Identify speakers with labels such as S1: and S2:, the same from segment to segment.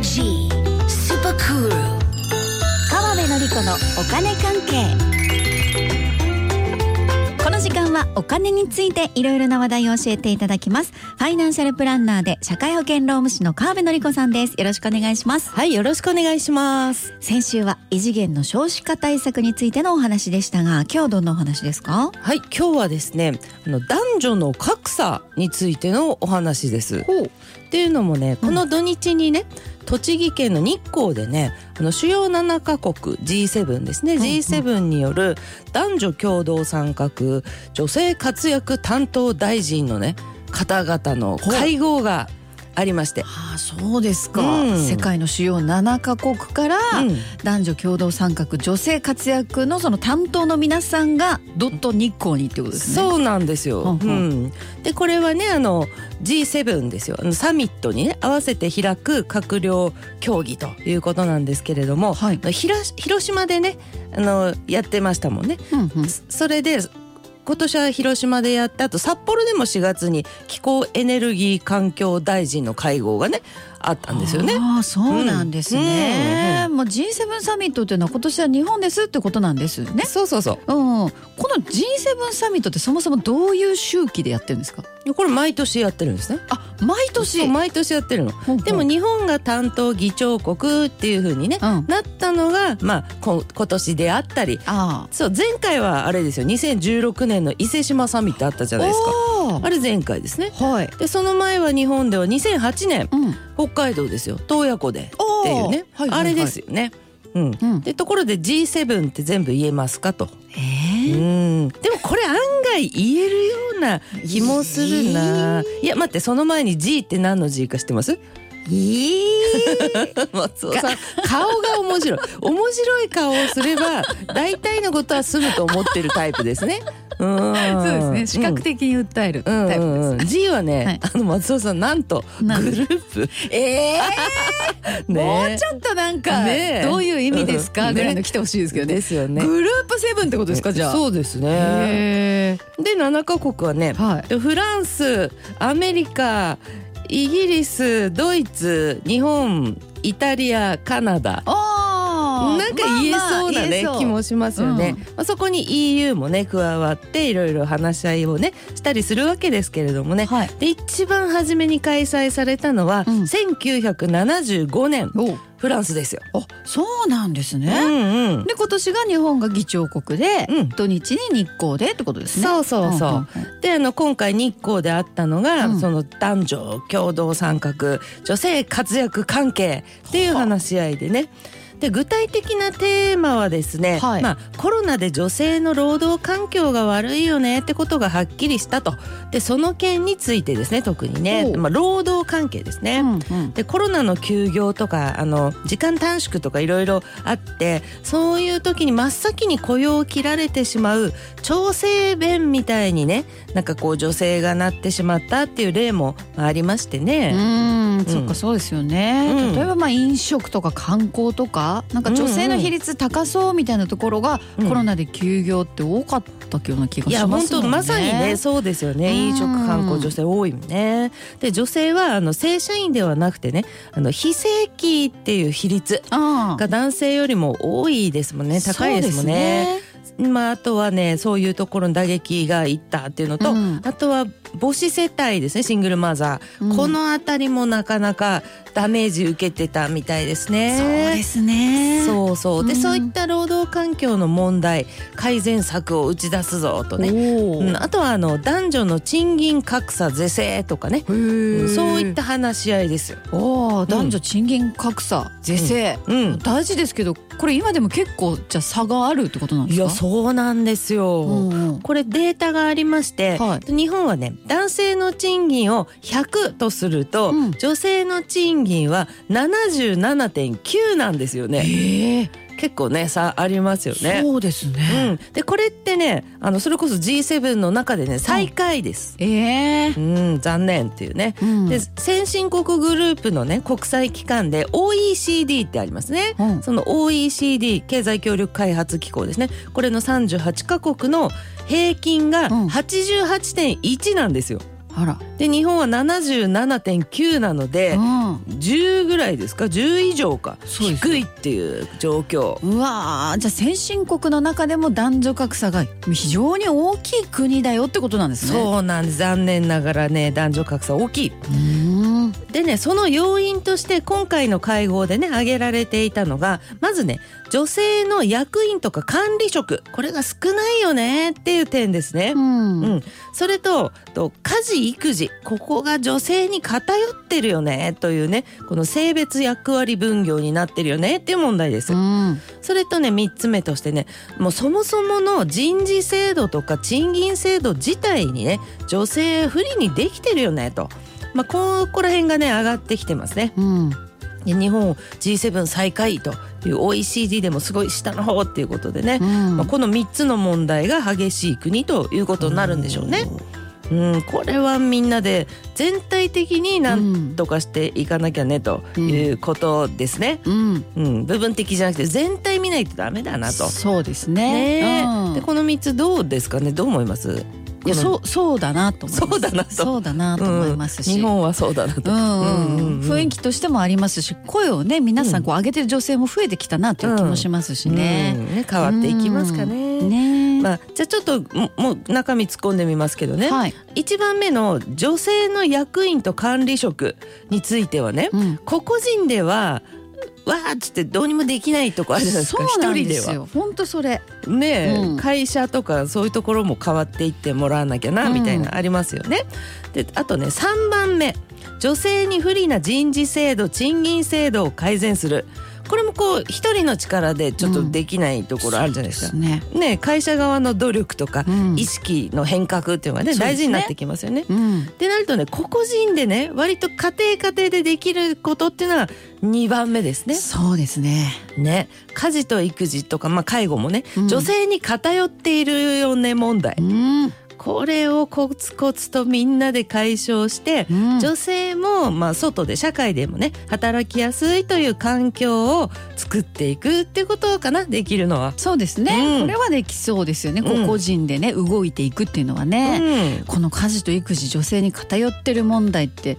S1: G スーパークール川辺典子のお金関係この時間はお金についていろいろな話題を教えていただきますファイナンシャルプランナーで社会保険労務士の川辺典子さんですよろしくお願いします
S2: はい、よろしくお願いします。
S1: 先週は異次元の少子化対策についてのお話でしたが今日はどんなお話ですか
S2: はい、今日はですね、あの男女の格差についてのお話です。っていうのもね、この土日にね、栃木県の日光でね、あの主要7カ国 G7 ですね、
S1: んうん
S2: G7 による男女共同参画女性活躍担当大臣のね方々の会合がありまして、
S3: ああそうですか、
S2: うん
S3: 世界の主要7カ国から、
S2: うん
S3: 男女共同参画女性活躍のその担当の皆さんがどっと日光にってことですね。
S2: そうなんですよ。
S3: ほん
S2: う
S3: ほん
S2: ん、でこれはねあの G7 ですよあのサミットに、ね、合わせて開く閣僚協議ということなんですけれども、
S3: はい
S2: あのひら広島でねあのやってましたもんね。
S3: うんうん
S2: そそれで今年は広島でやってあと札幌でも4月に気候エネルギー環境大臣の会合がねあったんですよね。
S3: ああそうなんですね。もう G7 サミットっていうのは今年は日本ですってことなんですね。
S2: そうそうそう
S3: うん、この G7 サミットってそもそもどういう周期でやってるんですか。
S2: いやこれ毎年やってるんですね。
S3: あ毎
S2: そう
S3: 年。
S2: 毎年やってるの。
S3: ほうほう
S2: でも日本が担当議長国っていう風にね、
S3: うん
S2: なったのが、まあ、こ今年であったり
S3: ああ
S2: そう前回はあれですよ2016年の伊勢志摩サミットあったじゃないですか
S3: お
S2: あれ前回ですね
S3: ーはい。
S2: でその前は日本では2008年
S3: うん。
S2: 北海道ですよ洞爺湖で
S3: おー
S2: っていうね、
S3: はいはいはい
S2: あれですよね。うん
S3: うん。
S2: でところで G7 って全部言えますかと、
S3: ええ
S2: うんでもこれ案外言えるような気もするな、いや待ってその前に G って何の G か知ってます
S3: いい
S2: 松尾さん顔が面白い面白い顔をすれば大体のことは済むと思ってるタイプですねうん
S3: そうですね視覚的に訴える
S2: うん
S3: タイプです、
S2: うんうん G はね、
S3: はい
S2: あの松尾さんなんとグル
S3: なん
S2: ー
S3: ええ
S2: プ
S3: もう
S2: ね
S3: ちょっとなんか、
S2: ねえ
S3: どういう意味ですか、
S2: うん
S3: ぐらいの来てほしいですけどね
S2: ですよね
S3: グループセブンってことですかじゃあ
S2: そうですね
S3: へ
S2: で7カ国はね
S3: えはい
S2: フランスアメリカイギリスドイツ日本イタリアカナダ
S3: あー
S2: なんか言えそうなね、
S3: まあまあ
S2: 気もしますよね。
S3: うん
S2: まあ、そこに EU もね加わっていろいろ話し合いをねしたりするわけですけれどもね。
S3: はい
S2: で一番初めに開催されたのは、
S3: うん
S2: 1975年
S3: お
S2: フランスですよ。
S3: あそうなんです
S2: う
S3: ね、
S2: んうん。
S3: で今年が日本が議長国で、
S2: うん
S3: 土日に日光でってことですね
S2: そうそうそう。
S3: んんん
S2: であの今回日光であったのが、
S3: うん
S2: その男女共同参画女性活躍関係っていう話し合いでね。で具体的なテーマはですね、
S3: はい
S2: まあ、コロナで女性の労働環境が悪いよねってことがはっきりしたとでその件についてですね特にね
S3: お、う
S2: まあ、労働関係ですね。
S3: うんうん
S2: でコロナの休業とかあの時間短縮とかいろいろあってそういう時に真っ先に雇用を切られてしまう調整弁みたいにねなんかこう女性がなってしまったっていう例もありまして
S3: う
S2: ね。
S3: ーん、そっ
S2: うん
S3: かそうですよね、
S2: うん
S3: 例えばまあ飲食とか観光とかなんか女性の比率高そうみたいなところが、
S2: うん
S3: コロナで休業って多かったような気が
S2: いや
S3: しま
S2: 本
S3: すも
S2: 当
S3: んね。
S2: まさにねそうですよね
S3: うん
S2: 飲食観光女性多いよね。で女性はあの正社員ではなくてねあの非正規っていう比率
S3: ああ
S2: が男性よりも多いですもんね高いですもんね。まあ、あとはねそういうところの打撃がいったっていうのと、
S3: うん
S2: あとは母子世帯ですねシングルマザー、
S3: うん
S2: この辺りもなかなかダメージ受けてたみたいですね。
S3: そうですね。う
S2: そうそうで、
S3: うん
S2: そういった労働環境の問題改善策を打ち出すぞとね、
S3: お。
S2: うん、あとはあの男女の賃金格差是正とかねうんそういったた話し合いですよ。
S3: おー男女賃金格差是正、
S2: うん、
S3: 大事ですけどこれ今でも結構じゃあ差があるってことなんで
S2: い
S3: すか。
S2: やそうなんですよ。
S3: うんうん
S2: これデータがありまして、
S3: は
S2: 日本はね男性の賃金を100とすると、
S3: うん
S2: 女性の賃金は77.9なんですよね
S3: ええ
S2: 結構ね差ありますよね。
S3: そうです
S2: う
S3: ね。
S2: ん、でこれってねあのそれこそ G7 の中でね最下位です。
S3: ええ
S2: うん、残念っていうね。
S3: うん
S2: で先進国グループのね国際機関で OECD ってありますね。
S3: うん
S2: その OECD 経済協力開発機構ですねこれの38カ国の平均が
S3: うん
S2: 88.1なんですよ、
S3: へあら、
S2: で日本は77.9なので
S3: うん
S2: 10ぐらいですか10以上か
S3: そうです
S2: 低いっていう状況
S3: うわーじゃあ先進国の中でも男女格差が非常に大きい国だよってことなんですね。
S2: そうなんです残念ながらね男女格差大きいう
S3: ーん
S2: でねその要因として今回の会合でね挙げられていたのがまずね女性の役員とか管理職これが少ないよねっていう点ですね。
S3: うん
S2: うん、それとと家事育児ここが女性に偏ってるよねというねこの性別役割分業になってるよねっていう問題です。
S3: うん
S2: それとね3つ目としてねもうそもそもの人事制度とか賃金制度自体にね女性不利にできてるよねと。まあ、ここら辺がね上がってきてますね。
S3: うん
S2: で日本を G7 最下位という OECD でもすごい下の方っていうことでね、
S3: うん
S2: まあ、この3つの問題が激しい国ということになるんでしょうね。うん、これはみんなで全体的になんとかしていかなきゃねということですね。
S3: うん
S2: うん、部分的じゃなくて全体見ないとダメだなと。
S3: そうですね。
S2: ねえ
S3: うん
S2: でこの3つどうですかねどう思います
S3: いや
S2: この
S3: そうそうだなと思います。
S2: そうだなと
S3: そうだなと思いますし。
S2: 日本はそうだな
S3: う
S2: と。
S3: ん
S2: うんうんうん
S3: 雰囲気としてもありますし声をね皆さんこう上げてる女性も増えてきたなという気もしますし
S2: う
S3: ね。
S2: んね変わっていきますかね。
S3: ねえ、
S2: まあ、じゃあちょっとももう中身突っ込んでみますけどね、
S3: はい、
S2: 一1番目の女性の役員と管理職についてはね、
S3: うん、
S2: 個々人ではわーっつってどうにもできないとこあるじゃないですか
S3: そうなん
S2: 一人
S3: で
S2: ですは
S3: よ本当それ。
S2: ねえ、
S3: うん
S2: 会社とかそういうところも変わっていってもらわなきゃなみたい
S3: う
S2: なありますよね。であとね3番目女性に不利な人事制度賃金制度を改善するこれもこう一人の力でちょっとできないところあるじゃないですか。
S3: そうね。
S2: ねえ会社側の努力とか
S3: うん
S2: 意識の変革っていうのがね、
S3: そうですね
S2: 大事になってきますよね。
S3: うん、
S2: ってなるとね個々人でね割と家庭家庭でできることっていうのは2番目ですね。
S3: そうですね。
S2: ね家事と育児とか、まあ、介護もね、
S3: うん
S2: 女性に偏っているよね問題、
S3: うん、
S2: これをコツコツとみんなで解消して、
S3: うん
S2: 女性も、まあ、外で社会でもね働きやすいという環境を作っていくってことかなできるのは。
S3: そうですね、
S2: うん
S3: これはできそうですよね。
S2: うん
S3: 個々人でね、動いていくっていうのは
S2: う
S3: ね、
S2: ん
S3: この家事と育児、女性に偏ってる問題って。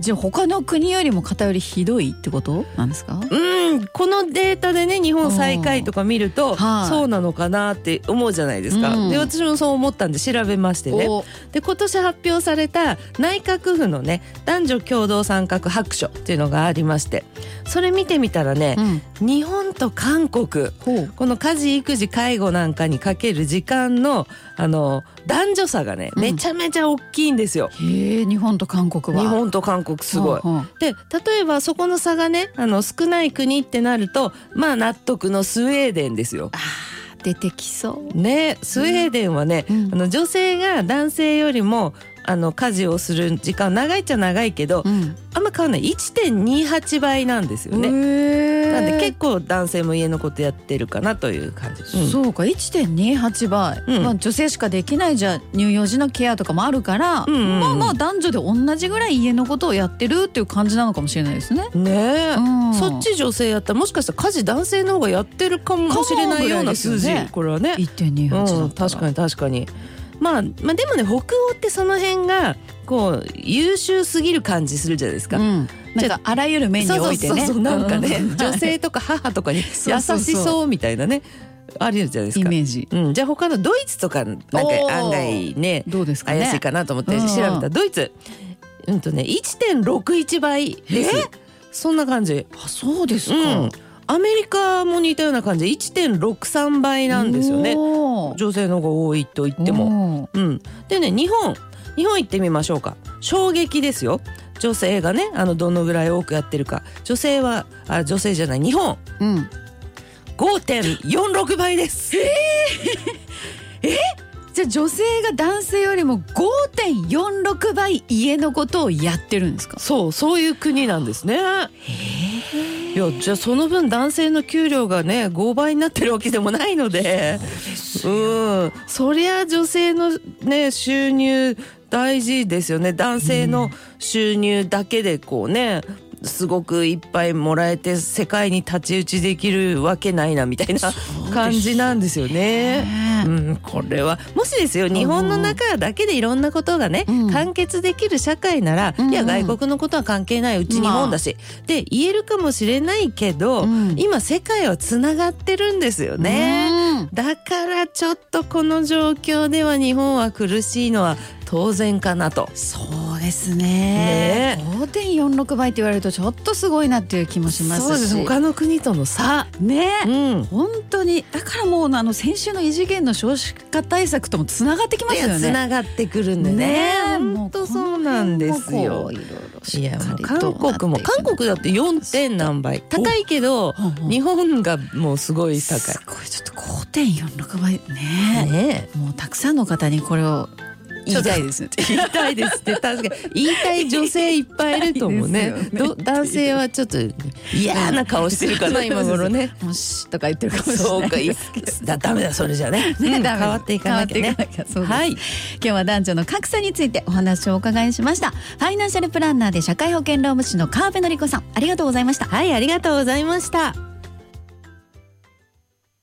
S3: じゃあ他の国よりも偏りひどいってことなんですか？
S2: うん、このデータでね日本最下位とか見ると、
S3: はい
S2: そうなのかなって思うじゃないですか、
S3: うん
S2: で私もそう思ったんで調べましてね
S3: お
S2: で今年発表された内閣府のね男女共同参画白書っていうのがありましてそれ見てみたらね
S3: う、ん、
S2: 日本と韓国
S3: ほう、
S2: この家事育児介護なんかにかける時間のあの男女差がね
S3: うん
S2: めちゃめちゃ大きいんですよ。
S3: へえ、日本と韓国は。
S2: 日本と韓国すごい。
S3: ほうほう
S2: で例えばそこの差がねあの少ない国ってなるとまあ納得のスウェーデンですよ。
S3: 出てきそ
S2: ねスウェーデンはね、
S3: うん
S2: あの女性が男性よりもあの家事をする時間長いっちゃ長いけど、
S3: う。うん、
S2: あんま変わんない1.28倍なんですよね。
S3: ね
S2: なんで結構男性も家のことやってるかなという感じ。うん
S3: そうか1.28倍、
S2: うん
S3: まあ、女性しかできないじゃ乳幼児のケアとかもあるから、
S2: うんうんうん
S3: まあまあ男女で同じぐらい家のことをやってるっていう感じなのかもしれないですね。
S2: ねえ、
S3: うん
S2: そっち女性やったらもしかしたら家事男性の方がやってるかもしれないような数字、
S3: かもぐらいですよね
S2: これはね、
S3: 1.28だったら、
S2: うん、確かに確かに、まあ、まあでもね北欧ってその辺がこう優秀すぎる感じするじゃないですか、
S3: うん、なん
S2: じゃ
S3: かあらゆる面においてね
S2: そうそうそうな んかね、
S3: う
S2: 女性とか母とかに優
S3: そうそう
S2: しそうみたいなねあるじゃないです
S3: イ
S2: か。
S3: メージ
S2: うん、じゃあ他のドイツとかなんか
S3: おー
S2: 案外ね
S3: どうですかね
S2: 怪しいかなと思って
S3: うん
S2: 調
S3: うん
S2: べたら、ドイツうんとね1.61倍ですそんな感じ、
S3: あそうです
S2: う
S3: か、
S2: ん、アメリカも似たような感じで1.63倍なんですよね
S3: おー
S2: 女性の方が多いと言っても。
S3: も
S2: うん、でね日本日本行ってみましょうか衝撃ですよ女性がねあのどのぐらい多くやってるか女性はあ女性じゃない日本
S3: うん
S2: 5.46倍です、
S3: じゃあ女性が男性よりも5.46倍家のことをやってるんですか
S2: そうそういう国なんですねいやじゃあその分男性の給料がね5倍になってるわけでもないのでうんそりゃ女性のね収入大事ですよね男性の収入だけでこうね、すごくいっぱいもらえて世界に太刀打ちできるわけないなみたいな感じなんですよね。うん、これはもしですよ日本の中だけでいろんなことがね、
S3: うん
S2: 完結できる社会なら、
S3: うんうん
S2: いや外国のことは関係ないうち日本だし、って言えるかもしれないけど、
S3: うん
S2: 今世界はつながってるんですよね。
S3: ね
S2: だからちょっとこの状況では日本は苦しいのは当然かなと。
S3: そうですね
S2: ね
S3: 5.46倍って言われるとちょっとすごいなっていう気もしますし
S2: そうです他の国と の差。
S3: ね
S2: うん
S3: 本当にだからもうあの先週の異次元の少子化対策ともつながってきますよね。
S2: つながってくるんでね。本当そうなんですよ。
S3: いろいろし
S2: い
S3: っ
S2: や
S3: か
S2: もう
S3: り
S2: 韓国も韓国だって4点何倍高いけど日
S3: 本
S2: 本がもうすごい
S3: す
S2: 高
S3: ごいちょっと5.46倍
S2: い。
S3: ね
S2: ね
S3: もうたくさんの方にこれを言いたいですね。
S2: え。言いたいですって確かに言いたい女性いっぱいいると思うね
S3: いですよね
S2: ど男性はちょっと嫌な顔してるかな今 頃ね。
S3: もしとか言ってるかもしれない。
S2: そうかいいだダメだそれじゃね。うん変
S3: ダメだ
S2: わっていかなきゃ
S3: 変わ
S2: ね
S3: っ。ていかなきゃそうです
S2: はい。
S1: 今日は男女の格差についてお話をお伺いしましたファイナンシャルプランナーで社会保険労務士の川辺典子さんありがとうございました
S2: はいありがとうございました。